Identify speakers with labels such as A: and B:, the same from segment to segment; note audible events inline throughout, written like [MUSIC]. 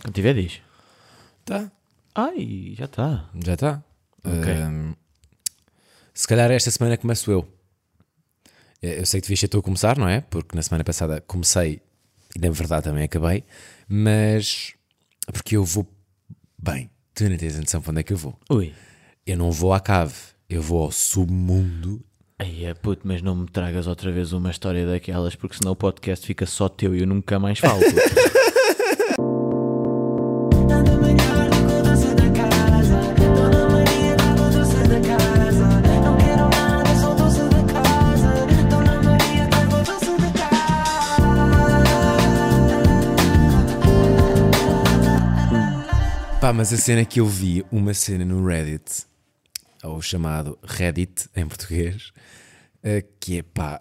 A: Quando tiver, diz.
B: Tá.
A: Ai, já está.
B: Já está.
A: Ok.
B: Ahm, se calhar esta semana começo eu. Eh, Eu sei que devias ser tu a começar, não é? Porque na semana passada comecei e na verdade também acabei, mas porque eu vou bem. Tu não tens a noção para onde é que eu vou.
A: Ui.
B: Eu não vou à cave, eu vou ao submundo.
A: Ai, é puto, mas não me tragas outra vez uma história daquelas, porque senão o podcast fica só teu e eu nunca mais falo. [LAUGHS] puto.
C: Ana Maria da Doce da Casa, Dona Maria da Doce da Casa. Não quero nada, sou doce da casa. Dona Maria da Doce da Casa.
B: Pá, mas a cena que eu vi, uma cena no Reddit, ou chamado Reddit em português, eh, que é pá.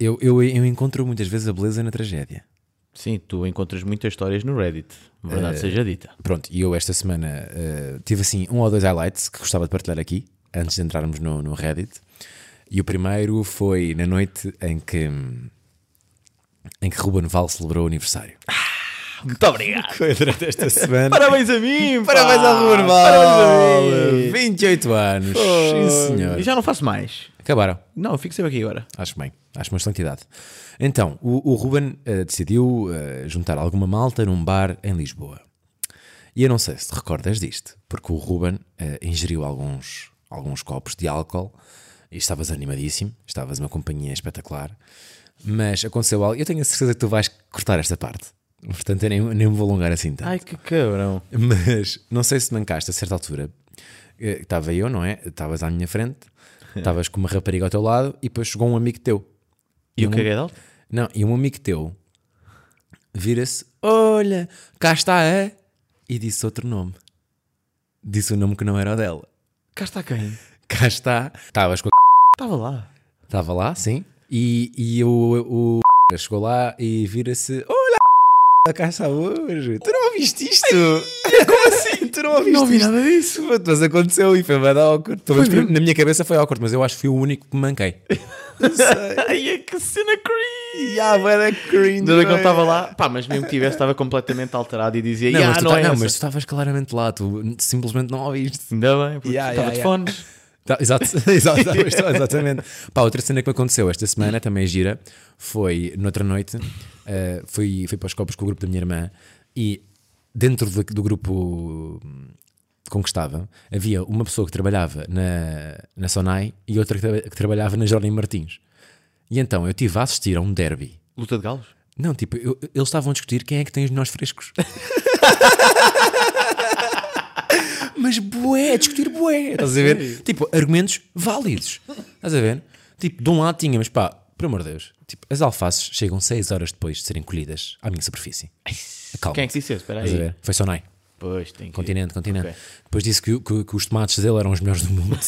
B: Eu, eu, eu encontro muitas vezes a beleza na tragédia.
A: Sim, tu encontras muitas histórias no Reddit, verdade seja dita.
B: Pronto, e eu esta semana eh, tive assim um ou dois highlights que gostava de partilhar aqui, antes de entrarmos no, no Reddit. E o primeiro foi na noite em que. em que Ruben Val celebrou
A: [LAUGHS]
B: o aniversário.
A: Muito obrigado.
B: Foi durante esta
A: [LAUGHS]
B: semana.
A: Parabéns a mim! pá!
B: Parabéns ao Ruben Val!
A: Parabéns a mim!
B: 28 anos! Sim, senhor!
A: E já não faço mais.
B: Acabaram.
A: Não, eu fico sempre aqui agora.
B: Acho bem, acho uma excelente idade. Então, o, o Ruben eh, decidiu eh, juntar alguma malta num bar em Lisboa. E eu não sei se te recordas disto, porque o Ruben eh, ingeriu alguns, alguns copos de álcool e estavas animadíssimo, estavas numa companhia espetacular. Mas aconteceu algo, eu tenho a certeza que tu vais cortar esta parte, portanto eu nem, nem me vou alongar assim tanto.
A: Ai, que cabrão.
B: Mas não sei se mancaste a certa altura. eh, Estava eu, não é? Estavas à minha frente, estavas com uma rapariga ao teu lado e depois chegou um amigo teu.
A: E o é
B: um-
A: caguei de alto?
B: Não, e um amigo teu vira-se: Olha, cá está a. E disse outro nome. Disse o nome que não era o dela.
A: Cá está quem?
B: Cá está. Estavas com a.
A: Estava lá.
B: Estava lá, sim. E, e o, [LAUGHS] o. Chegou lá e vira-se: Olha, a cá está hoje. Tu não ouviste isto? [LAUGHS] Como assim? Tu não ouviste
A: Não ouvi
B: isto?
A: nada disso.
B: Puto, Mas aconteceu e foi bada awkward. Pelo menos na minha cabeça foi awkward, mas eu acho que fui o único que me [LAUGHS] manquei.
A: Ai, é que cena creepy.
B: [LAUGHS] yeah, bada cringe.
A: Ainda bem que ele estava lá. Pá, mas mesmo que tivesse, estava completamente alterado e dizia:
B: Não,
A: "Ya,
B: mas tu
A: não,
B: tá-
A: é
B: não,
A: essa."
B: mas tu estavas claramente lá, tu simplesmente não ouviste.
A: Ainda bem, porque
B: Ya,
A: estava
B: ya,
A: de
B: ya.
A: fones.
B: Tá, exato, [LAUGHS] exato, exato, exatamente. Pá, outra cena que me aconteceu esta semana, também é gira, foi noutra noite, eh, fui, fui para os copos com o grupo da minha irmã e dentro do, do grupo hum, com que estava, havia uma pessoa que trabalhava na, na Sonai e outra que, tra- que trabalhava na Jornal Martins. E então eu estive a assistir a um derby.
A: Luta de galos?
B: Não, tipo, eu- eles estavam a discutir quem é que tem os
A: [LAUGHS]
B: nós frescos. Mas bué, a discutir bué. Estás a ver? Tipo, argumentos válidos. Estás a ver? Tipo, de um lado tínhamos, pá, por amor de Deus, tipo, as alfaces chegam 6 horas depois de serem colhidas à minha superfície. Calma.
A: Quem é que disse isso? Espera
B: Estás a
A: aí.
B: ver? Foi só Nai.
A: Pois, tem que.
B: Continente, continente.
A: Ok.
B: Depois disse que, que- que os tomates dele eram os melhores do
A: [LAUGHS]
B: mundo.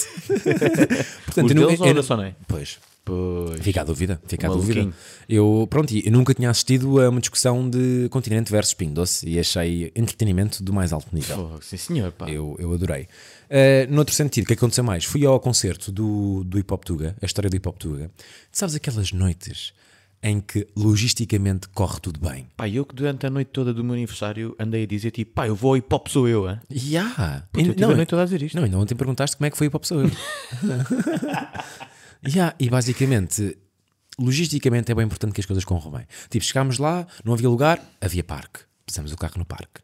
B: Portanto,
A: Os
B: eu não-
A: deles
B: eu
A: ou
B: não-
A: da Sonai?
B: Pois.
A: Pois.
B: Fica a dúvida, fica a
A: Maluquinho.
B: dúvida. Eu, pronto, e eu nunca tinha assistido a uma discussão de Continente versus Pingo Doce e achei entretenimento do mais alto nível.
A: Fogo, sim, senhor, pá.
B: Eu, eu adorei. Uh, noutro sentido, o que aconteceu mais? Fui ao concerto do, do Hip Hop Tuga, a história do Hip Hop Tuga. Sabes aquelas noites em que logisticamente corre tudo bem?
A: Pá, eu que durante a noite toda do meu aniversário andei a dizer tipo, pá, eu vou ao hip hop, sou eu, hã?
B: Ya!
A: Puta, eu tive
B: não,
A: a noite toda a dizer isto.
B: Não, ainda ontem perguntaste como é que foi o Pop [LAUGHS] Sou Eu. Ya, E basicamente, logisticamente é bem importante que as coisas corram bem. Tipo, chegámos lá, não havia lugar, havia parque. Pusemos o carro no parque.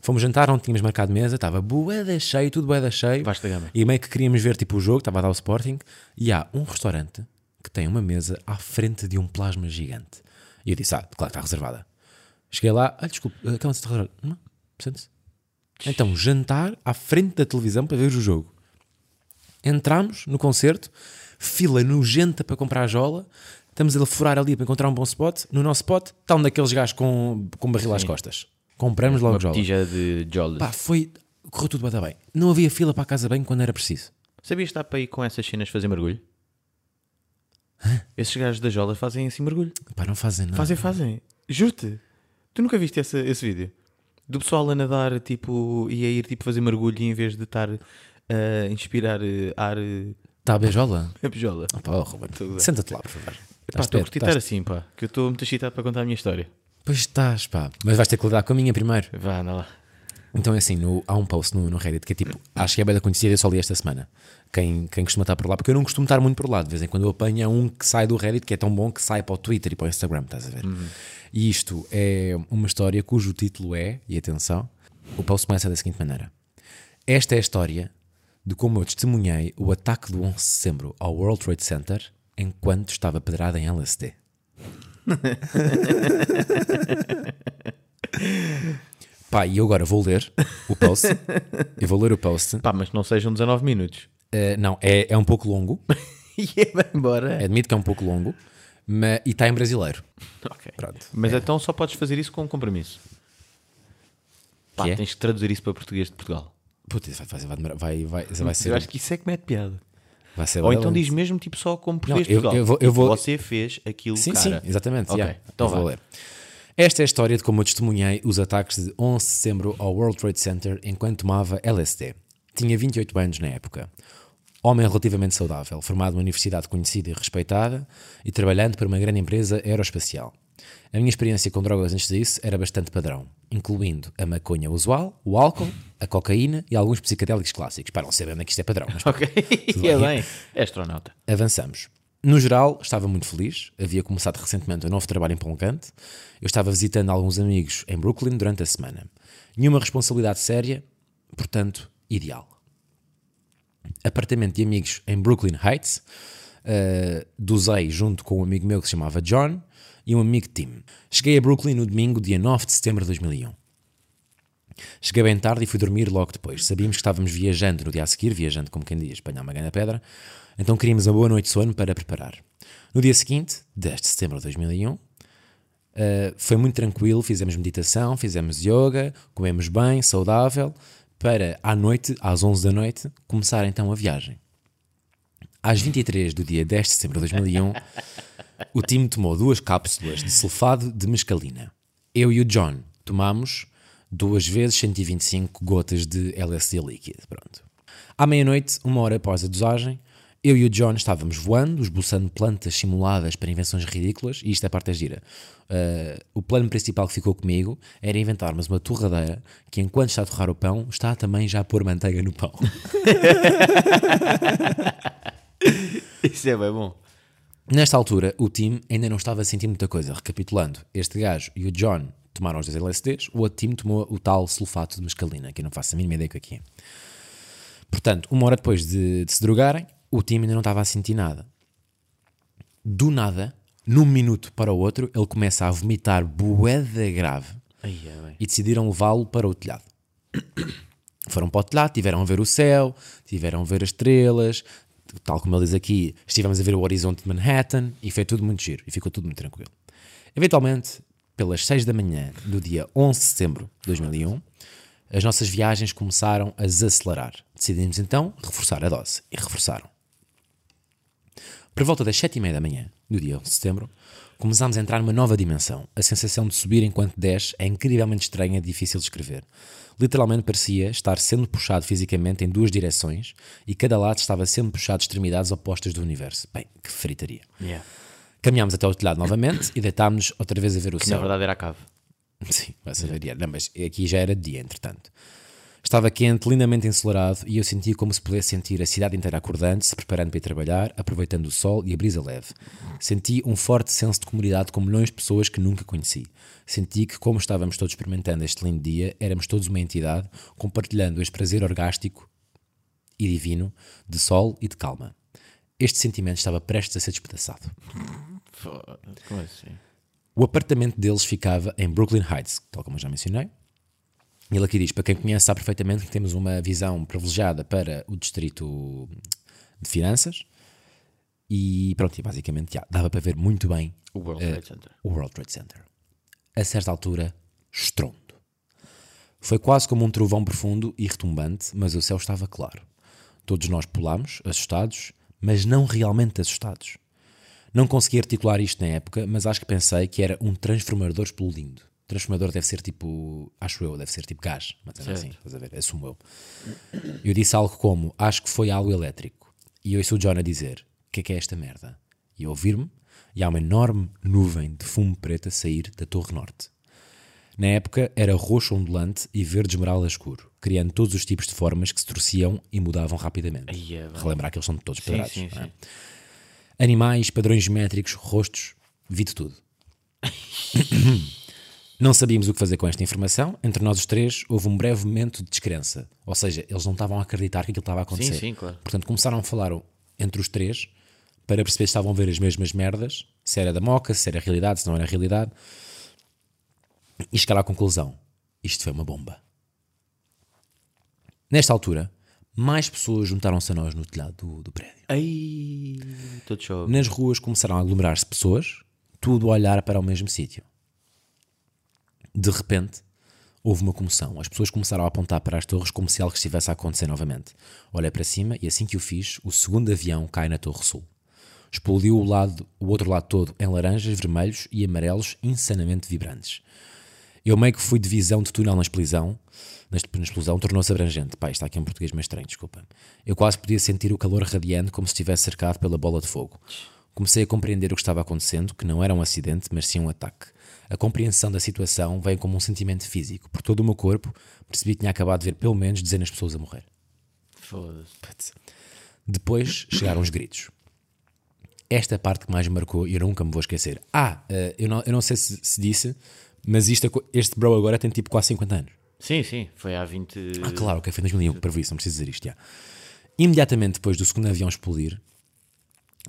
B: Fomos jantar, onde tínhamos marcado mesa, estava boeda cheio, tudo boeda cheio.
A: Vasta gama.
B: E meio que queríamos ver tipo o jogo, estava a dar o Sporting. E há um restaurante que tem uma mesa à frente de um plasma gigante. E eu disse, ah, claro, está reservada. Cheguei lá, ah, desculpe, aquela mesa está reservada. Não, sente-se. Então, jantar à frente da televisão para ver o jogo. Entramos no concerto, fila nojenta para comprar a jola, estamos a furar ali para encontrar um bom spot. No nosso spot está um daqueles gajos com, com barril às costas. Compramos logo
A: Uma
B: jola.
A: petija de Jolly.
B: Pá, foi. Correu tudo bada bem. Não havia fila para a casa bem quando era preciso.
A: Sabias que dá para ir com essas cenas fazer mergulho? Esses gajos da Jola fazem assim mergulho.
B: Pá, não fazem nada.
A: Fazem, fazem. Juro-te. Tu nunca viste essa- esse, vídeo? Do pessoal a nadar tipo, e a ir tipo, fazer mergulho e em vez de estar a inspirar eh, ar eh, [LAUGHS]
B: Está a beijola?
A: a beijola.
B: Ah, pá, oh, Ruben,
A: Tudo bem.
B: Senta-te lá, por favor.
A: Pá,
B: Estás
A: estou a
B: perto,
A: curtitar assim, pá, que eu estou muito excitado para contar a minha história.
B: estás- Pois estás, pá. Mas vais ter que lidar com a minha primeiro.
A: Vá, anda lá.
B: Então é assim, no- há um post no, no Reddit que é tipo, acho que é bem da conhecida, eu só li esta semana. Quem, quem costuma estar por lá, porque eu não costumo estar muito por lá, de vez em quando eu apanho é um que sai do Reddit que é tão bom que sai para o Twitter e para o Instagram, estás a ver? E isto é uma história cujo título é, e atenção, o post começa da seguinte maneira: Esta é a história de como eu testemunhei o ataque do 11 de setembro ao World Trade Center enquanto estava pedrada em LSD. Pá, e eu agora vou ler o post. eu vou ler o post.
A: Pá, mas não sejam 19
B: [LAUGHS]
A: minutos.
B: Eh, não, é, é um pouco longo.
A: e é bem embora.
B: Admito que é um pouco longo. Mas, e está em brasileiro.
A: Ok.
B: Pronto. É.
A: Mas então só podes fazer isso com um compromisso. Pá,
B: Que é?
A: tens que traduzir isso para português de Portugal.
B: Puta, isso vai, fazer- vai, demorar- vai, vai, vai ser.
A: Eu acho que isso é que mete piada.
B: vai ser
A: Ou então
B: bem
A: diz mesmo tipo só como português
B: eu-
A: de Portugal. Tipo,
B: eu vou- eu vou-
A: Você fez aquilo,
B: Sim,
A: cara.
B: sim, exatamente.
A: Ok,
B: yeah.
A: então
B: Eu vou
A: vá.
B: ler. Esta é a história de como eu testemunhei os ataques de 11 de setembro ao World Trade Center enquanto tomava LSD. Tinha 28 anos na época. Homem relativamente saudável, formado numa universidade conhecida e respeitada e trabalhando para uma grande empresa aeroespacial. A minha experiência com drogas antes disso era bastante padrão, incluindo a maconha usual, o álcool, a cocaína e alguns psicadélicos clássicos. Para não saber onde é que isto é padrão,
A: [LAUGHS]
B: mas [LAUGHS]
A: Ok, é bem. É astronauta.
B: Avançamos. No geral, estava muito feliz. Havia começado recentemente um novo trabalho em Poncante. Eu estava visitando alguns amigos em Brooklyn durante a semana. Nenhuma responsabilidade séria, portanto, ideal. Apartamento de amigos em Brooklyn Heights. Uh, dosei junto com um amigo meu que se chamava John e um amigo Tim. Cheguei a Brooklyn no domingo, dia 9 de setembro de 2001. Cheguei bem tarde e fui dormir logo depois. Sabíamos que estávamos viajando no dia a seguir, viajando como quem diz, espanhar uma grande pedra, então queríamos uma boa noite de sono para preparar. No dia seguinte, 10 de setembro de 2001, eh, foi muito tranquilo, fizemos meditação, fizemos yoga, comemos bem, saudável, para à noite, às 11 da noite, começar então a viagem. Às 23 do dia 10 de setembro de 2001, o time tomou duas cápsulas de sulfado de mescalina. Eu e o John tomámos duas vezes 125 gotas de LSD líquido. Pronto. À meia-noite, uma hora após a dosagem, eu e o John estávamos voando, esboçando plantas simuladas para invenções ridículas, e isto é a parte da gira. Uh, o plano principal que ficou comigo era inventarmos uma torradeira que, enquanto está a torrar o pão, está também já a pôr manteiga no pão.
A: Isso é bem bom.
B: Nesta altura, o time ainda não estava a sentir muita coisa. Recapitulando, este gajo e o John tomaram os dois LSDs, o outro time tomou o tal sulfato de mescalina, que eu não faço a mínima ideia do que aqui é. Portanto, uma hora depois de, de se drogarem, o time ainda não estava a sentir nada. Do nada, num minuto para o outro, ele começa a vomitar boeda grave
A: Aí é bem.
B: e decidiram levá-lo para o telhado. Foram para o telhado, tiveram a ver o céu, tiveram a ver as estrelas, tal como ele diz aqui, estivemos a ver o horizonte de Manhattan e foi tudo muito giro e ficou tudo muito tranquilo. Eventualmente, pelas 6 da manhã do dia 11 de setembro de 2001, as nossas viagens começaram a desacelerar. Decidimos então reforçar a dose e reforçaram. Por volta das 7 e meia da manhã, no dia 11 de setembro, começámos a entrar numa nova dimensão. A sensação de subir enquanto desce é incrivelmente estranha e difícil de descrever. Literalmente parecia estar sendo puxado fisicamente em duas direções e cada lado estava sendo puxado de extremidades opostas do universo. Bem, que fritaria.
A: Yeah.
B: Caminhámos até o telhado novamente e deitámos-nos outra vez a ver o
A: Na
B: céu.
A: verdade era a cave.
B: [LAUGHS] Sim, vai ser dia. Não, mas aqui já era de dia, entretanto. Estava quente, lindamente ensolarado, e eu sentia como se pudesse sentir a cidade inteira acordando, se preparando para ir trabalhar, aproveitando o sol e a brisa leve. Senti um forte senso de comunidade com milhões de pessoas que nunca conheci. Senti que, como estávamos todos experimentando este lindo dia, éramos todos uma entidade, compartilhando este prazer orgástico e divino de sol e de calma. Este sentimento estava prestes a ser despedaçado.
A: Fo- Como assim?
B: O apartamento deles ficava em Brooklyn Heights, tal como eu já mencionei. Ele aqui diz: para quem conhece, sabe perfeitamente que temos uma visão privilegiada para o distrito de finanças. E pronto, e basicamente já, dava para ver muito bem
A: O World
B: É.
A: Trade Center.
B: o World Trade Center. A certa altura, estrondo. Foi quase como um trovão profundo e retumbante, mas o céu estava claro. Todos nós pulámos, assustados, mas não realmente assustados. Não consegui articular isto na época, mas acho que pensei que era um transformador explodindo. Transformador deve ser tipo, acho eu, deve ser tipo gás, mas era assim, estás a ver, assumo eu. Eu disse algo como: Acho que foi algo elétrico. E eu ouço o John a dizer: O que é que é esta merda? E a ouvir-me, e há uma enorme nuvem de fumo preta a sair da Torre Norte. Na época era roxo ondulante e verde esmeralda escuro, criando todos os tipos de formas que se torciam e mudavam rapidamente.
A: Ai, é bem.
B: Relembrar que eles são todos
A: Sim,
B: quadrados.
A: sim,
B: não é?
A: sim.
B: Animais, padrões geométricos, rostos, vi de tudo. [COUGHS] Não sabíamos o que fazer com esta informação. Entre nós os três, houve um breve momento de descrença. Ou seja, eles não estavam a acreditar que aquilo estava a acontecer.
A: sim, claro.
B: Portanto, começaram a falar o- entre os três para perceber se estavam a ver as mesmas merdas, se era da moca, se era realidade, se não era realidade. E chegar à conclusão: isto foi uma bomba. Nesta altura, mais pessoas juntaram-se a nós no telhado do, do prédio.
A: Ai, todo show.
B: Nas ruas começaram a aglomerar-se pessoas, tudo a olhar para o mesmo sítio. De repente, houve uma comoção. As pessoas começaram a apontar para as torres como se algo estivesse a acontecer novamente. Olhei para cima e assim que o fiz, o segundo avião cai na Torre Sul. Explodiu o, lado, o outro lado todo em laranjas, vermelhos e amarelos insanamente vibrantes. Eu meio que fui de visão de túnel na explosão. Na exp- na explosão tornou-se abrangente. Pá, isto está aqui em português meio estranho, desculpa. Eu quase podia sentir o calor radiante como se estivesse cercado pela bola de fogo. Comecei a compreender o que estava acontecendo, que não era um acidente, mas sim um ataque. A compreensão da situação veio como um sentimento físico. Por todo o meu corpo, percebi que tinha acabado de ver pelo menos dezenas de pessoas a morrer.
A: Foda-se.
B: Depois chegaram os gritos. Esta é parte que mais me marcou e eu nunca me vou esquecer. Ah, eh, eu não, eu não sei se, se disse, mas isto, aco- este bro agora tem tipo quase 50 anos.
A: Sim, sim, foi há 20.
B: Ah, claro, ok, foi em 2001 para isso, não preciso dizer isto já. Imediatamente depois do segundo avião explodir,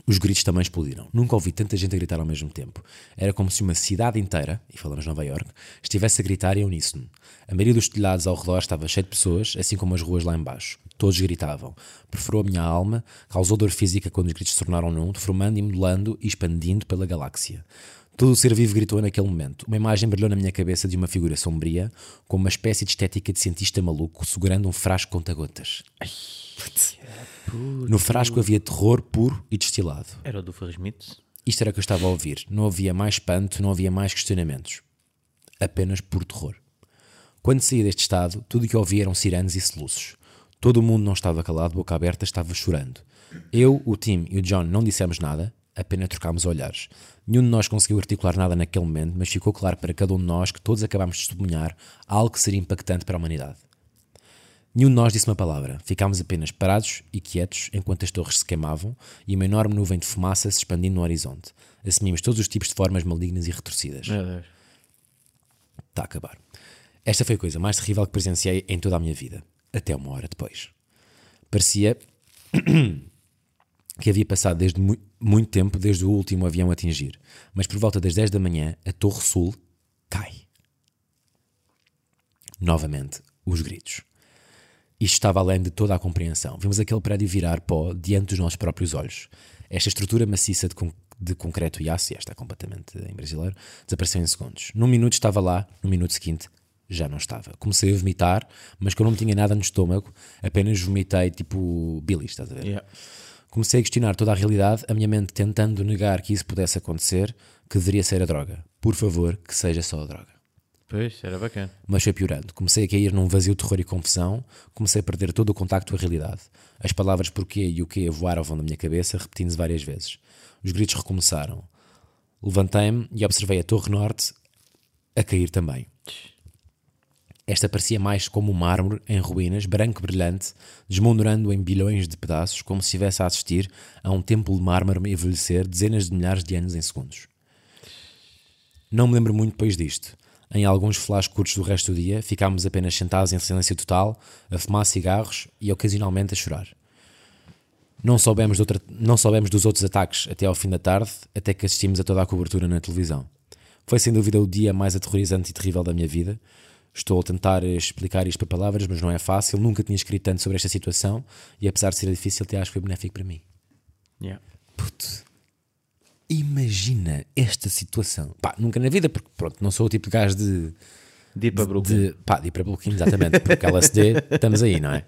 B: os gritos também explodiram. Nunca ouvi tanta gente a gritar ao mesmo tempo. Era como se uma cidade inteira, e falamos de Nova Iorque, estivesse a gritar em uníssono. A maioria dos telhados ao redor estava cheia de pessoas, assim como as ruas lá embaixo. Todos gritavam. Perfurou a minha alma, causou dor física quando os gritos se tornaram num, deformando e modulando e expandindo pela galáxia. Todo o ser vivo gritou naquele momento. Uma imagem brilhou na minha cabeça de uma figura sombria, com uma espécie de estética de cientista maluco, segurando um frasco conta-gotas. No frasco havia terror puro e destilado.
A: Era o do Ferrismith.
B: Isto era o que eu estava a ouvir. Não havia mais espanto, não havia mais questionamentos. Apenas por terror. Quando saí deste estado, tudo o que ouvi eram sirenes e soluços. Todo o mundo não estava calado, boca aberta, estava chorando. Eu, o Tim e o John não dissemos nada, apenas trocámos olhares. Nenhum de nós conseguiu articular nada naquele momento, mas ficou claro para cada um de nós que todos acabámos de testemunhar algo que seria impactante para a humanidade. Nenhum de nós disse uma palavra. Ficámos apenas parados e quietos enquanto as torres se queimavam e uma enorme nuvem de fumaça se expandindo no horizonte. Assumimos todos os tipos de formas malignas e retorcidas.
A: Meu Deus.
B: Está a acabar. Esta foi a coisa mais terrível que presenciei em toda a minha vida. Até uma hora depois. Parecia que havia passado desde mu- muito tempo desde o último avião a atingir. Mas por volta das 10 da manhã, a Torre Sul cai. Novamente, os gritos. Isto estava além de toda a compreensão. Vimos aquele prédio virar pó diante dos nossos próprios olhos. Esta estrutura maciça de, con- de concreto e aço, e esta é completamente em brasileiro, desapareceu em segundos. Num minuto estava lá, no minuto seguinte já não estava. Comecei a vomitar, mas que eu não tinha nada no estômago, apenas vomitei tipo Billy, estás a ver?
A: Yeah.
B: Comecei a questionar toda a realidade, a minha mente tentando negar que isso pudesse acontecer, que deveria ser a droga. Por favor, que seja só a droga
A: Pois, era bacana.
B: mas foi piorando. Comecei a cair num vazio de terror e confusão, comecei a perder todo o contacto com a realidade. As palavras porquê e o que voaram na minha cabeça, repetindo-se várias vezes. Os gritos recomeçaram. Levantei-me e observei a Torre Norte a cair também. Esta parecia mais como um mármore em ruínas, branco brilhante, desmoronando em bilhões de pedaços, como se estivesse a assistir a um templo de mármore envelhecer dezenas de milhares de anos em segundos. Não me lembro muito depois disto. Em alguns flash curtos do resto do dia, ficámos apenas sentados em silêncio total, a fumar cigarros e ocasionalmente a chorar. Não soubemos, de outra- não soubemos dos outros ataques até ao fim da tarde, até que assistimos a toda a cobertura na televisão. Foi sem dúvida o dia mais aterrorizante e terrível da minha vida. Estou a tentar explicar isto por palavras, mas não é fácil. Nunca tinha escrito tanto sobre esta situação e, apesar de ser difícil, até acho que foi benéfico para mim.
A: Yeah.
B: Puto, imagina esta situação. Pá, nunca na vida, porque pronto, não sou o tipo de gajo de.
A: De ir para Brooklyn.
B: de pá, de ir para Brooklyn, exatamente, porque LSD, estamos aí, não é?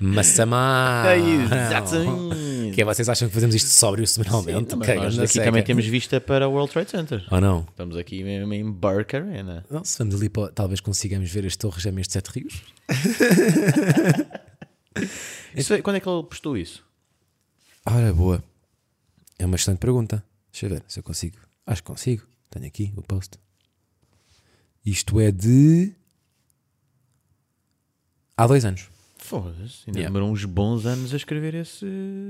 B: Massamá!
A: É isso, exatamente.
B: Que é, vocês acham que fazemos isto sóbrio semanalmente?
A: Mas
B: Que
A: nós
B: grande
A: aqui
B: seca.
A: também temos vista para o World Trade Center.
B: Ou não?
A: Estamos aqui mesmo em Burke Arena.
B: Não, se vamos ali, para- talvez consigamos ver as torres gêmeas de Sete Rios.
A: Isso, é- quando é que ele postou isso?
B: Ora, boa. É uma excelente pergunta. Deixa eu ver se eu consigo. Acho que consigo. Tenho aqui o post. Isto é de. Há dois anos.
A: Foda-se, ainda
B: Yeah.
A: demorou uns bons anos a escrever esse,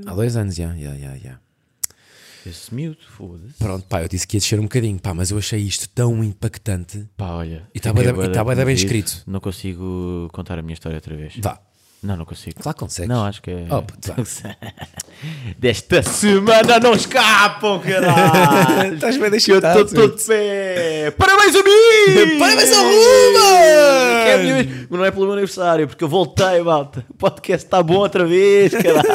B: Há dois anos, já, já, já, já.
A: esse miúdo, foda-se.
B: Pronto, pá, eu disse que ia descer um bocadinho, pá, mas eu achei isto tão impactante.
A: Pá, olha.
B: E tá
A: fiquei
B: bué da-
A: bué
B: e
A: da
B: tá bué da bem
A: comovido.
B: escrito.
A: Não consigo contar a minha história outra vez.
B: Vá,
A: Não, não consigo.
B: claro que consegues.
A: Não, acho que é.
B: Oh, puto, vá.
A: Desta semana não escapam, caralho!
B: Ah, Estás bem
A: [LAUGHS] Eu
B: deixado.
A: estou todo de pé! Parabéns a mim!
B: Parabéns ao
A: um Que é a minha
B: Ruben!
A: vez- Mas não é pelo meu aniversário, porque eu voltei, malta. O podcast está bom outra vez, caralho!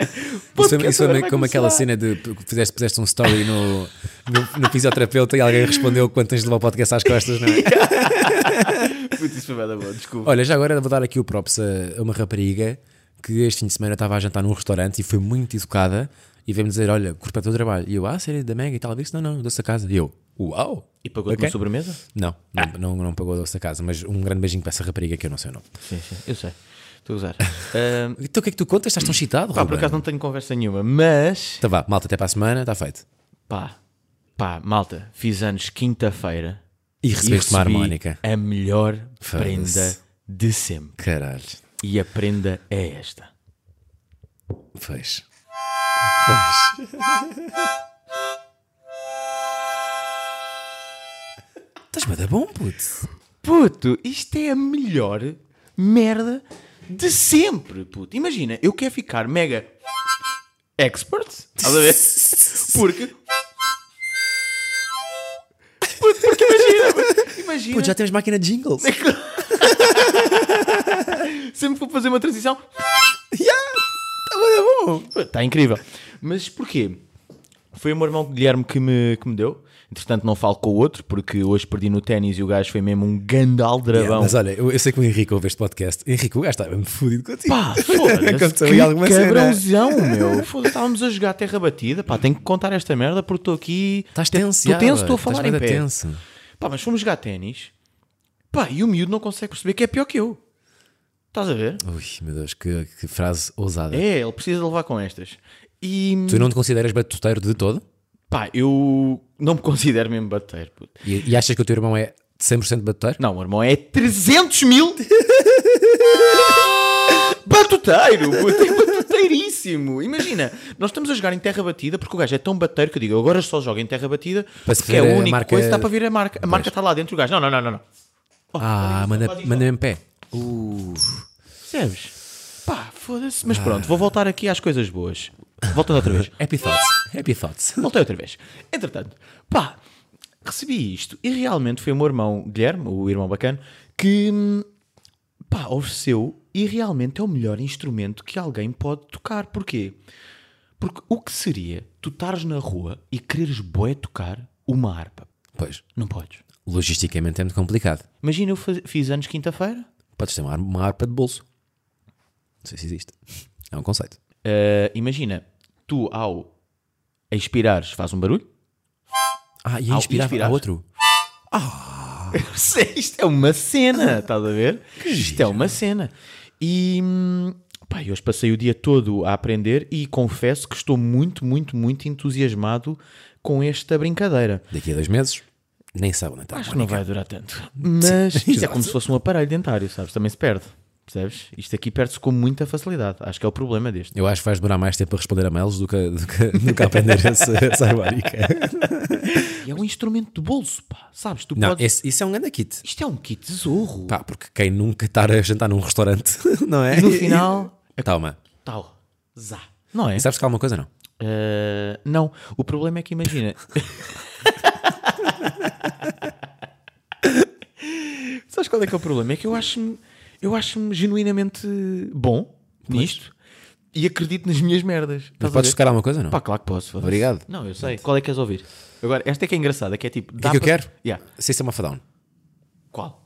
B: Isso,
A: Podcast
B: é- isso é
A: agora
B: meio
A: vai
B: como aquela
A: começar.
B: cena de p- fizeste, puseste um story no, no, no fisioterapeuta e alguém respondeu quando tens de levar o podcast às costas, não é?
A: [LAUGHS] Puta, isso foi bué da boa, desculpa.
B: Olha, já agora vou dar aqui o props a, a uma rapariga que este fim de semana estava a jantar num restaurante e foi muito educada e veio-me dizer: Olha, curto o teu trabalho. E eu, ah, sério, da Mega e tal. Eu disse: Não, não, doce a casa. E eu, uau!
A: E pagou-te
B: Ok.
A: uma Ah. sobremesa?
B: Não, não, não, não pagou doce a casa, mas um grande beijinho para essa rapariga que eu não sei o nome.
A: Sim, sim, eu sei. Estou a [LAUGHS] usar. Ahm,
B: Então o que é que tu contas? Estás tão excitado?
A: pá, por acaso não tenho conversa nenhuma, mas.
B: Tá vá, malta, até para a semana, está feito.
A: Pá, pá, malta, fiz anos quinta-feira.
B: E recebeste uma
A: recebi
B: harmónica.
A: A melhor
B: Foda-se.
A: prenda de sempre.
B: Caralho.
A: E a prenda é esta.
B: Pois. Pois. Estás bada bom, puto.
A: Puto, isto é a melhor merda de sempre, puto. Imagina, eu quero ficar mega expert, estás
B: [LAUGHS]
A: a ver? Porque. Puto, porque imagina, puto, imagina.
B: Puto, já temos máquina de jingles.
A: Sempre vou fazer uma transição.
B: Está bom.
A: Está incrível. Mas porquê? Foi o meu irmão Guilherme que me, que me deu. Entretanto, não falo com o outro, porque hoje perdi no ténis e o gajo foi mesmo um
B: Yeah,
A: gandaldrabão.
B: mas olha, eu, eu sei que o Henrique ouve este podcast. Henrique, o gajo está mesmo fodido
A: [LAUGHS]
B: contigo.
A: Pá, foda-se.
B: Aconteceu
A: que
B: aí alguma cena.
A: cabrãozão, meu. [LAUGHS] Foda-se, estávamos a jogar terra batida. Pá, tenho que contar esta merda porque estou aqui.
B: Estás tenso,
A: Estou
B: Yara,
A: tenso, estou a
B: estás
A: falar em
B: bué da
A: pé.
B: tenso.
A: Pá, mas fomos jogar ténis. Pá, e o miúdo não consegue perceber que é pior que eu. Estás a ver?
B: Ui, meu Deus, que, que frase ousada.
A: É, ele precisa levar com estas. E
B: Tu não te consideras batuteiro de todo?
A: pá, eu não me [LAUGHS] considero mesmo bater. Puto.
B: E, e achas que o teu irmão é 100% batuteiro?
A: Não, o meu irmão é 300 mil. [LAUGHS] Batuteiro! puto, É batuteiríssimo! Imagina, nós estamos a jogar em terra batida porque o gajo é tão bateiro que eu digo, agora só joga em terra batida
B: Para se
A: porque é a
B: ver a
A: única
B: marca-
A: coisa que dá para ver a marca. A marca está lá dentro, o gajo. Não, não, não, não. não. Oh,
B: ah, manda, manda em pé.
A: Percebes? Pá, foda-se. Mas pronto, vou voltar aqui às coisas boas. Voltando outra
B: [LAUGHS]
A: vez.
B: Happy thoughts. Happy thoughts.
A: Voltei outra vez. Entretanto, pá, recebi isto e realmente foi o meu irmão Guilherme, o irmão bacana, que hum, pá, ofereceu e realmente é o melhor instrumento que alguém pode tocar. Porquê? Porque o que seria tu estares na rua e quereres boé tocar uma harpa?
B: Pois,
A: Não podes.
B: logisticamente é muito complicado.
A: Imagina eu faz- fiz anos quinta-feira.
B: Podes ter uma, ar- uma harpa de bolso. Não sei se existe. É um conceito.
A: Ah, imagina, tu ao expirares faz um barulho.
B: Ah, e
A: Ao
B: inspirar
A: inspirar.
B: a outro?
A: Sim, Isto é uma [LAUGHS] cena, estás a ver? Isto é uma cena. E hum, pá, eu hoje passei o dia todo a aprender e confesso que estou muito, muito, muito entusiasmado com esta brincadeira.
B: Daqui a dois meses, nem sabe onde é tá. está.
A: Acho que não vai durar tanto. [LAUGHS] Mas isto é
B: exato.
A: como se fosse um aparelho dentário, sabes? Também se perde. Percebes? Isto aqui perde-se com muita facilidade. Acho que é o problema deste.
B: Eu acho que vais demorar mais tempo a responder a mails do que, do que, do que a aprender [LAUGHS] essa, essa harmónica.
A: E é um instrumento de bolso, pá. Sabes? Tu
B: Não,
A: podes...
B: esse- isso é um grande kit.
A: Isto é um kit de zorro.
B: Pá, porque quem nunca estar a jantar num restaurante, [LAUGHS] não é?
A: E no [LAUGHS] final,
B: Toma.
A: tal. Zá. Não é?
B: Sabes que há alguma coisa, não?
A: Uh, não, o problema é que imagina. [LAUGHS] Sabes qual é que é o problema? É que eu acho-me eu acho-me genuinamente bom nisto e acredito nas minhas merdas. Estás
B: Mas
A: a
B: podes
A: ver?
B: tocar alguma coisa, não?
A: Pá, claro que posso. foda-se.
B: Obrigado.
A: Não, eu sei. Qual é que queres ouvir? Agora, esta é que é engraçada, que é tipo.
B: que eu quero?
A: Yeah.
B: System of a Down. [LAUGHS]
A: Qual?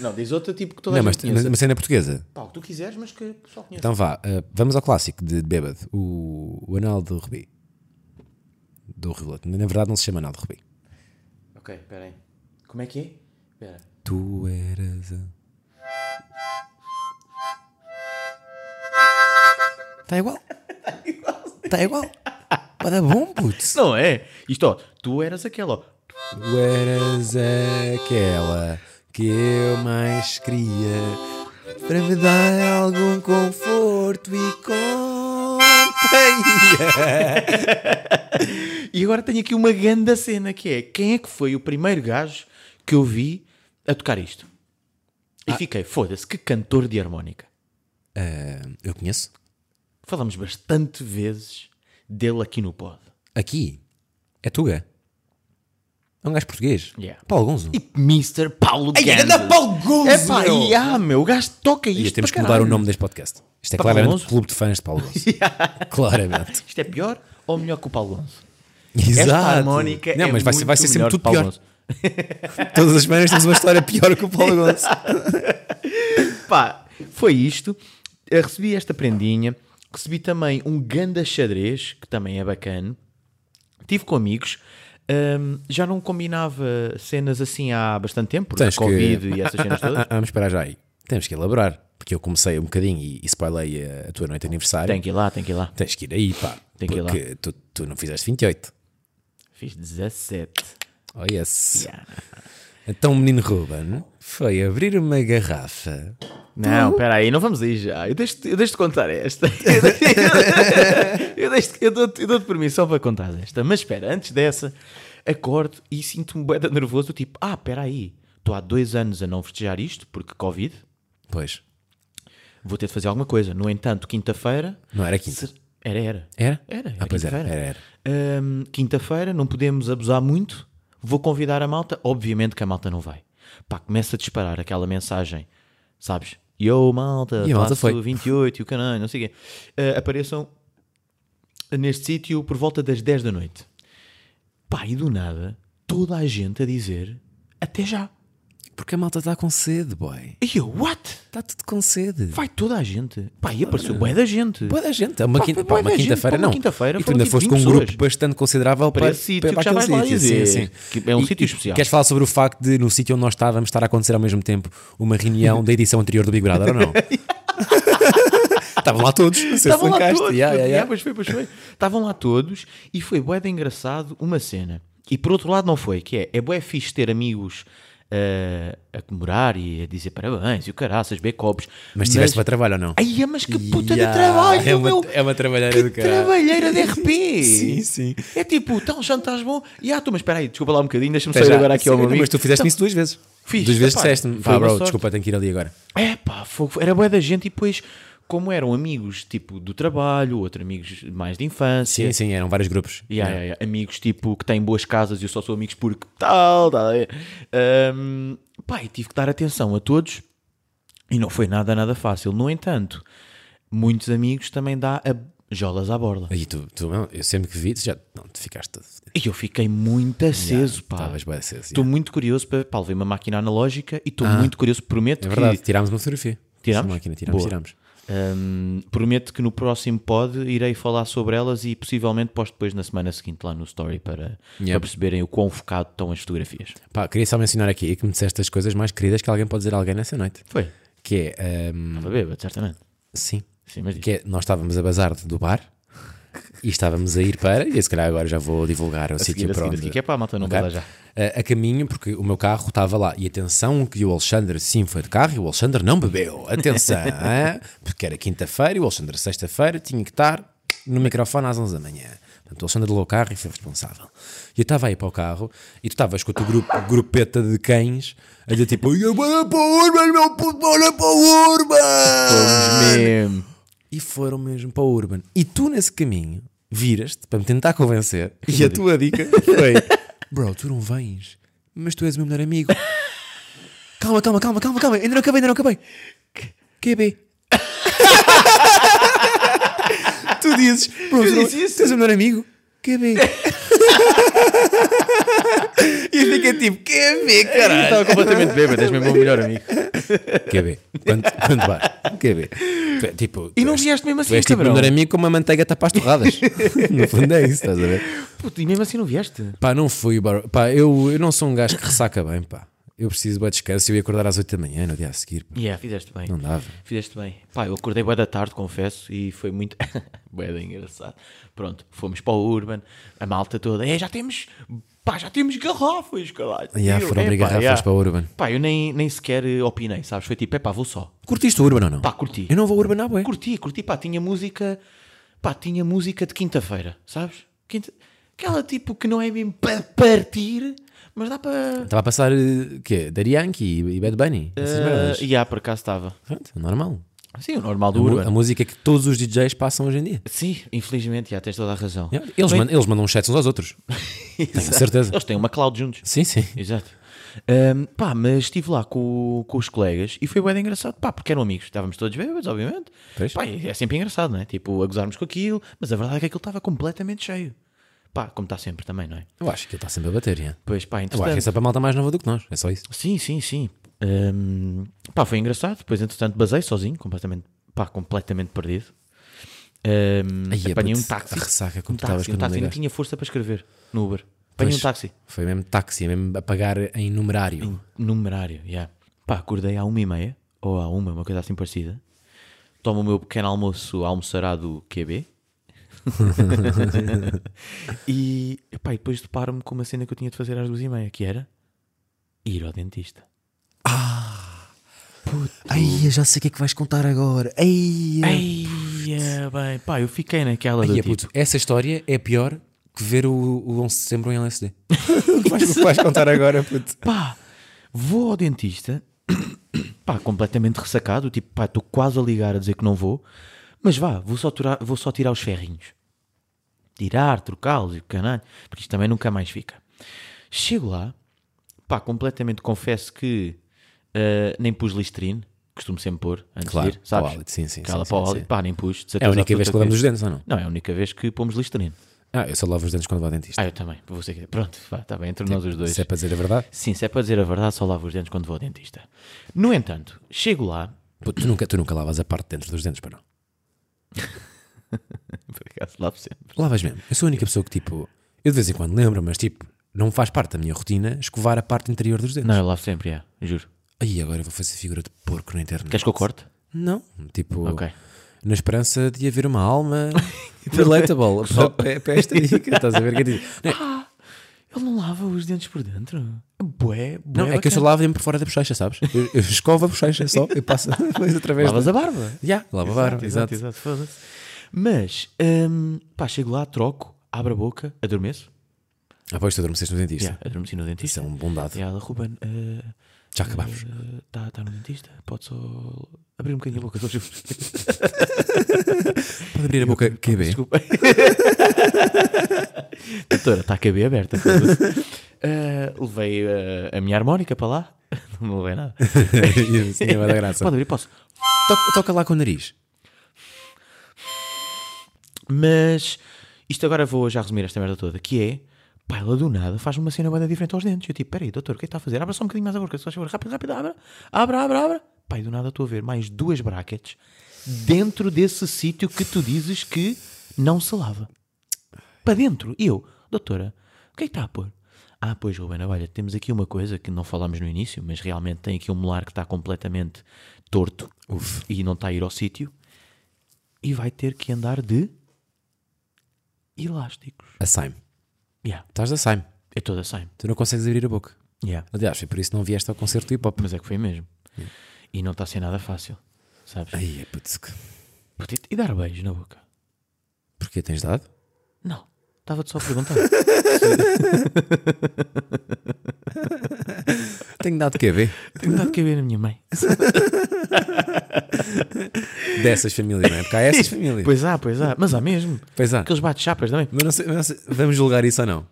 A: não, diz outra tipo que toda
B: Não,
A: a
B: mas
A: gente conheça.
B: uma cena é portuguesa.
A: Pá, o que tu quiseres, mas que só conhece.
B: Então vá, eh, vamos ao clássico de de bêbado, o, o anal do Rubi. Do Rilote. Na verdade não se chama anal do Rubi.
A: Ok, espera aí. Como é que é? Espera.
B: Tu eras a... Tá Está Tá igual. Está igual. Bada bom, putz.
A: Não é? Isto, ó, tu eras aquela, ó.
B: Tu eras aquela que eu mais queria para me dar algum conforto e companhia.
A: E agora tenho aqui uma grande cena que é quem é que foi o primeiro gajo que eu vi a tocar isto? E fiquei, foda-se, que cantor de harmónica.
B: Ah, eu conheço.
A: Falamos bastante vezes dele aqui no pod.
B: Aqui é Tuga. É um gajo português.
A: Yeah.
B: Paulo Gonzo.
A: E Mr. Tipo Paulo
B: Ei,
A: Gandes.
B: ganda Paulo Gonzo,
A: É pá,
B: meu!
A: e ah, meu, o gajo toca isto
B: E temos que
A: para
B: mudar o
A: caralho.
B: nome deste podcast. Isto é
A: Paulo
B: claramente
A: Gonzo?
B: Clube de Fãs de Paulo Gonzo.
A: [LAUGHS]
B: Claramente.
A: Isto é pior ou melhor que o Paulo Gonzo? [LAUGHS]
B: Exato.
A: Esta harmónica
B: Não,
A: é
B: mas vai ser, vai
A: muito
B: ser
A: melhor
B: sempre
A: que
B: tudo
A: Paulo
B: pior.
A: Gonzo.
B: Todas as semanas temos uma história pior que o
A: [LAUGHS]
B: Paulo Ah, Gonzo.
A: Pá, foi isto. Eu recebi esta prendinha. Recebi também um ganda xadrez, que também é bacana. Tive com amigos. Hum, já não combinava cenas assim há bastante tempo, porque
B: Tens que-
A: Covid e essas cenas
B: [LAUGHS]
A: todas.
B: Ah, ah, vamos esperar já aí. Temos que elaborar. Porque eu comecei um bocadinho e, e spoilei a, a tua noite de aniversário.
A: Tem que ir lá, tem que ir lá.
B: Tens que ir aí, pá.
A: Tem que ir lá.
B: porque tu, tu não fizeste 28.
A: Fiz 17.
B: Oh, yes.
A: Yeah.
B: Então o menino Ruben foi abrir uma garrafa.
A: Não, espera aí, não vamos aí já. Eu deixo-te eu deixo-te contar esta. Eu deixo- eu deixo-te- eu dou-te eu dou-te permissão para contar esta. Mas espera, antes dessa, acordo e sinto-me bué de nervoso. do Tipo, ah, espera aí, estou há dois anos a não festejar isto, porque Covid,
B: Pois.
A: vou ter de fazer alguma coisa. No entanto, quinta-feira...
B: Não era quinta.
A: ser- Era, era.
B: Era?
A: Era, era
B: Ah, pois era. Era,
A: quinta-feira.
B: era.
A: Hum, quinta-feira, não podemos abusar muito. Vou convidar a malta. Obviamente que a malta não vai. Pá, começa a disparar aquela mensagem, sabes? Yo, malta,
B: E a malta
A: faço
B: foi.
A: 28 e o canal, não sei o quê. Ah, apareçam neste sítio por volta das 10 da noite. Pá, e do nada, toda a gente a dizer até já.
B: Porque a malta está com sede, boy.
A: E eu, what?
B: Está tudo com sede.
A: Vai toda a gente. Pá, e apareceu bué da gente.
B: Boa da gente. É Uma
A: Pá, foi
B: quinta- pá,
A: bué
B: uma
A: da gente,
B: quinta-feira
A: pá, uma
B: não.
A: quinta-feira
B: E tu
A: foram
B: ainda
A: tipo
B: foste
A: 20
B: com um grupo
A: pessoas.
B: bastante considerável para,
A: esse sítio que já
B: aquele
A: vais lá
B: sítio.
A: dizer,
B: Sim, sim.
A: que é um
B: E-
A: sítio
B: e
A: especial.
B: Queres falar sobre o facto de no sítio onde nós estávamos estar a acontecer ao mesmo tempo uma reunião da edição anterior do Big
A: [LAUGHS]
B: Brother ou não? Estavam lá todos. não sei se
A: Estavam lá
B: linkaste.
A: todos.
B: Yeah, yeah,
A: puto, yeah,
B: yeah.
A: pois foi, pois foi. Estavam lá todos e foi bué de engraçado uma cena. E por outro lado não foi, que é, é bué fixe ter amigos eh, a comemorar e a dizer parabéns e o caraças, beber copos.
B: Mas tiveste para trabalho ou não?
A: Ai, é, mas que puta
B: Yeah,
A: de trabalho,
B: é uma-
A: meu.
B: é uma trabalheira
A: que
B: do caralho.
A: trabalheira de RP.
B: [LAUGHS] Sim, sim.
A: É tipo, então, já não estás bom? E ah, tu, mas espera aí, desculpa lá um bocadinho, deixa-me
B: Até
A: sair
B: já.
A: agora aqui ao
B: Sim,
A: meu amigo. Então,
B: Mas tu fizeste isso duas vezes.
A: Fiz,
B: Duas vezes
A: epá,
B: disseste-me.
A: foi
B: Pá,
A: uma
B: bro,
A: sorte.
B: desculpa, tenho que ir ali agora.
A: É pá, fogo. era boa da gente e depois, como eram amigos tipo do trabalho, outros amigos mais de infância,
B: Sim, sim, eram vários grupos.
A: Yeah, yeah, yeah. Amigos tipo que têm boas casas e eu só sou amigos porque tal, tal. é. Ahm, pá, e tive que dar atenção a todos e não foi nada, nada fácil. No entanto, muitos amigos também dá a jolas à borda.
B: E tu, tu, não, eu sempre que vi, tu já não, tu ficaste todo.
A: E eu fiquei muito aceso, pá.
B: Estavas bem aceso.
A: Estou muito curioso para. Pá, levei uma máquina analógica e estou muito curioso, prometo
B: É
A: que
B: verdade, tirámos uma fotografia.
A: Tirámos?
B: Sim, Máquina, tirámos,
A: Boa.
B: tirámos.
A: Hum, prometo que no próximo pod irei falar sobre elas e possivelmente posto depois na semana seguinte lá no story para, para perceberem o quão focado estão as fotografias.
B: Pá, queria só mencionar aqui é que me disseste as coisas mais queridas que alguém pode dizer a alguém nessa noite.
A: Foi.
B: Que é, ahm,
A: Estava bêbado, certamente.
B: sim,
A: Sim, mas
B: que é, nós estávamos a bazar do bar e estávamos a ir para, e se calhar agora já vou divulgar o sítio
A: seguir, a
B: para
A: seguir,
B: onde...
A: a seguir, que é para a malta não
B: Ok?
A: okay. já.
B: eh, A, a caminho, porque o meu carro estava lá. E atenção, que o Alexandre sim foi de carro e o Alexandre não bebeu.
A: [LAUGHS]
B: Atenção, hã? porque era quinta-feira e o Alexandre sexta-feira tinha que estar no microfone às 11 da manhã. Portanto, o Alexandre levou o carro e foi responsável. E eu estava aí para o carro e tu estavas com o teu grupo, grupeta de cães a dizer tipo: "Ia, bora para o Urban, meu puto, bora para o Urban!
A: Mesmo.
B: e foram mesmo para o Urban. E tu, nesse caminho, viras-te para me tentar convencer e a tua dica foi: Bro, tu não vens, mas tu és o meu melhor amigo. Calma, calma, calma, calma, calma, ainda não acabei, ainda não acabei. QB. [LAUGHS] tu dizes: Bro, tu, não,
A: disse isso?
B: tu és o meu melhor amigo. QB. [LAUGHS] e eu fiquei tipo: QB,
A: Eu
B: caralho.
A: Estava completamente bêbado, és mesmo o meu melhor amigo.
B: QB. Quando, quando vais? QB. Tu é Tipo,
A: E
B: tu
A: não
B: és-
A: vieste mesmo
B: Tu
A: assim,
B: és tipo o
A: cabrão.
B: melhor amigo com uma manteiga tapar as
A: [LAUGHS]
B: torradas. no fundo é isso, estás a ver?
A: Puto, e mesmo assim não vieste.
B: Pá, não fui, bro. pá, eu, eu não sou um gajo que ressaca bem, pá. eu preciso de descanso. Eu ia acordar às 8 da manhã no dia a seguir. pá.
A: Yeah, é, fizeste bem.
B: Não dava.
A: Fizeste bem. Pá, eu acordei bué da tarde, confesso, e foi muito. [LAUGHS] bué da engraçado. Pronto, fomos para o Urban, a malta toda. É, já temos. Pá, já temos garrafas, caralho.
B: Yeah,
A: E eu,
B: foram abrir
A: "Epá,
B: garrafas
A: yeah."
B: para o Urban.
A: Pá, eu nem, nem sequer eh, opinei, sabes? Foi tipo, é pá, vou só.
B: Curtiste o Urban ou não?
A: Pá, curti.
B: Eu não vou Urban à bué.
A: Curti, curti, pá, tinha música. Pá, tinha música de quinta-feira, sabes? Quinta... Aquela tipo que não é mesmo para partir, mas dá para.
B: Estava a passar, eh, quê? Daddy Yankee e e Bad Bunny. Essas merdas.
A: Uh, yeah, por acaso estava.
B: Pronto, é normal.
A: Sim, o normal
B: A
A: do
B: mu-
A: Urban.
B: A música que todos os DJs passam hoje em dia.
A: Sim, infelizmente, já tens toda a razão.
B: Yeah. Eles,
A: Bem-
B: mandam, eles mandam uns chats uns aos
A: [LAUGHS]
B: outros. Tenho certeza.
A: Eles têm uma cloud juntos.
B: Sim, sim.
A: Exato. Ahm, pá, mas estive lá com, com os colegas e foi bem engraçado, pá, porque eram amigos, estávamos todos bêbados, obviamente.
B: Pois.
A: Pá, e é sempre engraçado, não é? Tipo, a gozarmos com aquilo, mas a verdade é que aquilo estava completamente cheio. Pá, como está sempre também, não é?
B: Eu acho que ele está sempre a bater, yeah.
A: Pois, pá,
B: Eu acho que
A: entretanto.
B: essa é para a malta mais nova do que nós. É só isso.
A: Sim, sim, sim. Ahm, pá, foi engraçado. Depois, entretanto, basei sozinho, completamente, pá, completamente perdido. Ahm,
B: Ai, é,
A: apanhei um
B: puto,
A: táxi.
B: a ressaca como
A: um
B: tu estavas
A: táxi, um
B: quando me
A: táxi, não
B: ligaste.
A: tinha força para escrever no Uber. Apanhei
B: Pois.
A: um táxi.
B: Foi mesmo táxi, é mesmo a pagar em numerário.
A: Numerário, yeah. Pá, acordei à uma e meia, ou à uma, uma coisa assim parecida. Tomo o meu pequeno almoço almoçarado
B: [LAUGHS]
A: QB. e, pá, e depois deparo-me com uma cena que eu tinha de fazer às duas e meia, que era ir ao dentista.
B: Ai, eu já sei o que é que vais contar agora. Ai,
A: Ei, é, bem, pá, eu fiquei naquela do
B: Ai, é,
A: tipo,
B: puto, essa história é pior que ver o, o 11 de setembro em LSD. o que [LAUGHS] vais- o que vais contar agora, puto?
A: pá, vou ao dentista, [COUGHS] pá, completamente ressacado, tipo, pá, estou quase a ligar a dizer que não vou, mas vá, vou só, tirar, vou só tirar os ferrinhos. Tirar, trocá-los e o caralho, porque isto também nunca mais fica. Chego lá, pá, completamente confesso que ah, nem pus listrine, costumo sempre pôr antes
B: Claro,
A: de ir, sabes?
B: para o hálito, sim, sim,
A: Aquela
B: sim,
A: para o
B: sim,
A: hálito,
B: sim.
A: pá, nem pus. de
B: É a
A: certeza
B: única vez que
A: absoluta
B: lavamos os dentes ou não?
A: Não, é a única vez que pomos listrine.
B: Ah, eu só lavo os dentes quando vou ao dentista.
A: Ah, eu também. Vou ser... Pronto, vá, está bem, entre nós os dois.
B: Se é para dizer a verdade.
A: Sim, se é para dizer a verdade, só lavo os dentes quando vou ao dentista. No entanto, chego lá.
B: Puto, tu, nunca, tu nunca lavas a parte de dentro dos dentes, para não.
A: Por acaso lavo sempre.
B: Lavas mesmo. Eu sou a única pessoa que, tipo, eu de vez em quando lembro, mas, tipo, não faz parte da minha rotina escovar a parte interior dos dentes.
A: Não, eu lavo sempre, é, juro.
B: Aí agora eu vou fazer figura de porco na internet.
A: Queres que eu corte?
B: Não. Tipo,
A: Ok.
B: na esperança de haver uma [LAUGHS] alma Então, relatable para, é para- para esta dica. [LAUGHS] Estás a ver? Que eu digo. Não, é-
A: Ele não lava os dentes por dentro? Bué, bué.
B: não, é que eu só
A: bacana.
B: lavo sempre por fora da bochecha, sabes? Eu, eu escovo a [LAUGHS] bochecha só, eu passo depois através
A: Lavas
B: da...
A: a barba.
B: Já, lavo a barba, exato.
A: exato, foda-se. Mas, hum, pá, chego lá, troco, abro a boca, adormeço.
B: Ah, pois tu adormeceste no dentista.
A: Yeah, adormeci no
B: Isso
A: dentista.
B: é um bom dado.
A: E ela, Ruben, eh,
B: Já acabámos.
A: Está tá no dentista, pode só abrir um bocadinho a boca.
B: Pode abrir a boca, é QB. [LAUGHS]
A: Desculpa. [LAUGHS] Doutora, está a caber aberta. foda-se. Ah, levei ah, a minha harmónica para lá. [LAUGHS] Não me levei nada.
B: Isso tinha bué da graça.
A: Pode abrir, posso.
B: To- Toca lá com o nariz.
A: Mas isto agora vou já resumir esta merda toda, que é. Pá, ela do nada faz uma cena banda diferente aos dentes. Eu tipo, peraí, doutor, o que é que está a fazer? Abra só um bocadinho mais a boca, só favor, rápido, rápido, abra, abra, abra, abra. Pá, e do nada estou a ver mais duas brackets dentro desse sítio que tu dizes que não se lava. Para dentro. E eu, doutora, o que é que está a pôr? Ah, pois, Rubena, olha, temos aqui uma coisa que não falámos no início, mas realmente tem aqui um molar que está completamente torto e não está a ir ao sítio e vai ter que andar de elásticos.
B: A Saim.
A: Yeah,
B: Estás da Saim.
A: é toda sem.
B: Tu não consegues abrir a boca.
A: Yeah.
B: Aliás, foi por isso que não vieste ao concerto do hip hop.
A: Mas é que foi mesmo. E não está a ser nada fácil, sabes?
B: Ai, é putz. que-
A: Puta, E dar beijos na boca?
B: Porquê tens dado?
A: Não, estava-te só a [LAUGHS] perguntar.
B: Tenho dado é QB.
A: Tenho dado cabelo na minha mãe.
B: Dessas famílias, não é? Porque há [LAUGHS] essas famílias.
A: Pois Ah. há, pois há. Mas há mesmo.
B: Pois há.
A: Aqueles bate-chapas também.
B: Mas não sei- mas não sei- vamos julgar isso ou não?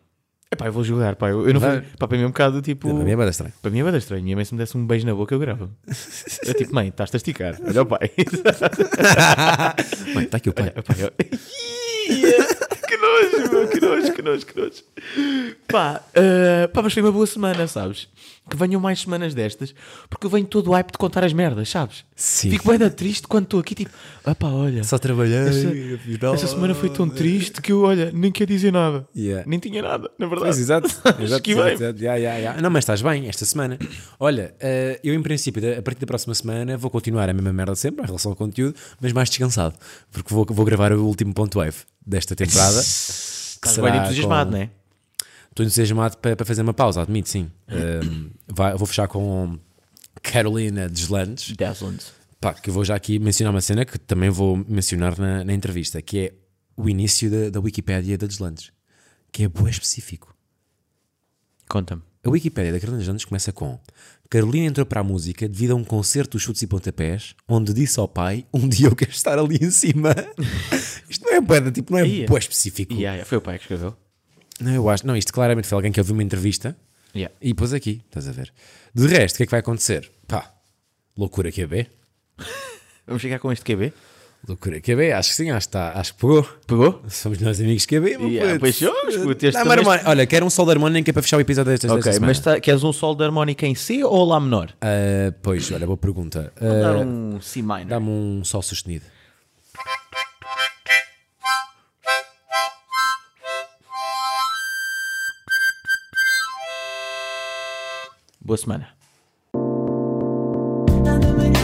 A: Epá, eu vou julgar, pá. Eu, eu não
B: Vai.
A: fui- pá, para mim é um bocado tipo...
B: Para mim é bada estranho.
A: Para mim é bem estranho. Minha mãe se me desse um beijo na boca, eu gravo. Eu tipo, mãe, estás-te a esticar. Olha o
B: [LAUGHS]
A: pai.
B: Mãe, está tá aqui o pai.
A: [LAUGHS] Epá, eu- Ih, que nojo, meu, que nojo, que nojo, que nojo. Pá, ah, pá, mas foi uma boa semana, sabes? Que venham mais semanas destas, porque eu venho todo hype de contar as merdas, sabes?
B: Sim.
A: Fico bem triste quando estou aqui, tipo, ah pá, olha.
B: Só trabalhei.
A: Essa, essa semana foi tão triste que eu, olha, nem quer dizer nada.
B: Yeah.
A: Nem tinha nada, na verdade.
B: Pois,
A: [LAUGHS]
B: exato. exato,
A: Esquivei-me.
B: exato, exato. Ya, ya, ya. Não, mas estás bem esta semana. Olha, eh, eu em princípio, da- a partir da próxima semana, vou continuar a mesma merda de sempre em relação ao conteúdo, mas mais descansado, porque vou, vou gravar o último ponto wave desta [LAUGHS] temporada.
A: Estás bem entusiasmado,
B: com...
A: não é?
B: Estou entusiasmado para, para fazer uma pausa, admito, sim. Ehm, vai- vou fechar com Carolina Deslandes.
A: Dazzled.
B: Pá, que eu vou já aqui mencionar uma cena que também vou mencionar na, na entrevista, que é o início da, da Wikipédia da Deslandes, que é bué específico.
A: Conta-me.
B: A Wikipédia da Carolina Deslandes começa com Carolina entrou para a música devido a um concerto dos chutes e pontapés, onde disse ao pai, um dia eu quero estar ali em cima. [LAUGHS] Isto não é bué, de- tipo, não é
A: Ia.
B: bué específico.
A: ah, Yeah, yeah, Foi o pai que escreveu.
B: Não, eu acho, não, isto claramente foi alguém que ouviu uma entrevista
A: Yeah.
B: e pôs aqui, estás a ver. De resto, o que é que vai acontecer? Pá, loucura que é B.
A: Vamos chegar com este é QB?
B: Loucura que é B, acho que sim, acho que, está, acho que pegou.
A: Pegou?
B: Somos nós amigos que abrimos.
A: Yeah, ah, pois somos, puto, este também-
B: Eh, Olha, quero um sol de harmónica para fechar o episódio desta, desta
A: Ok,
B: semana.
A: mas tá, queres um sol de harmónica em C ou Lá menor?
B: Ah, pois, olha, boa pergunta. Ah,
A: Dar um C minor.
B: Dá-me um sol sustenido.
A: Boa semana.
C: Ana Maria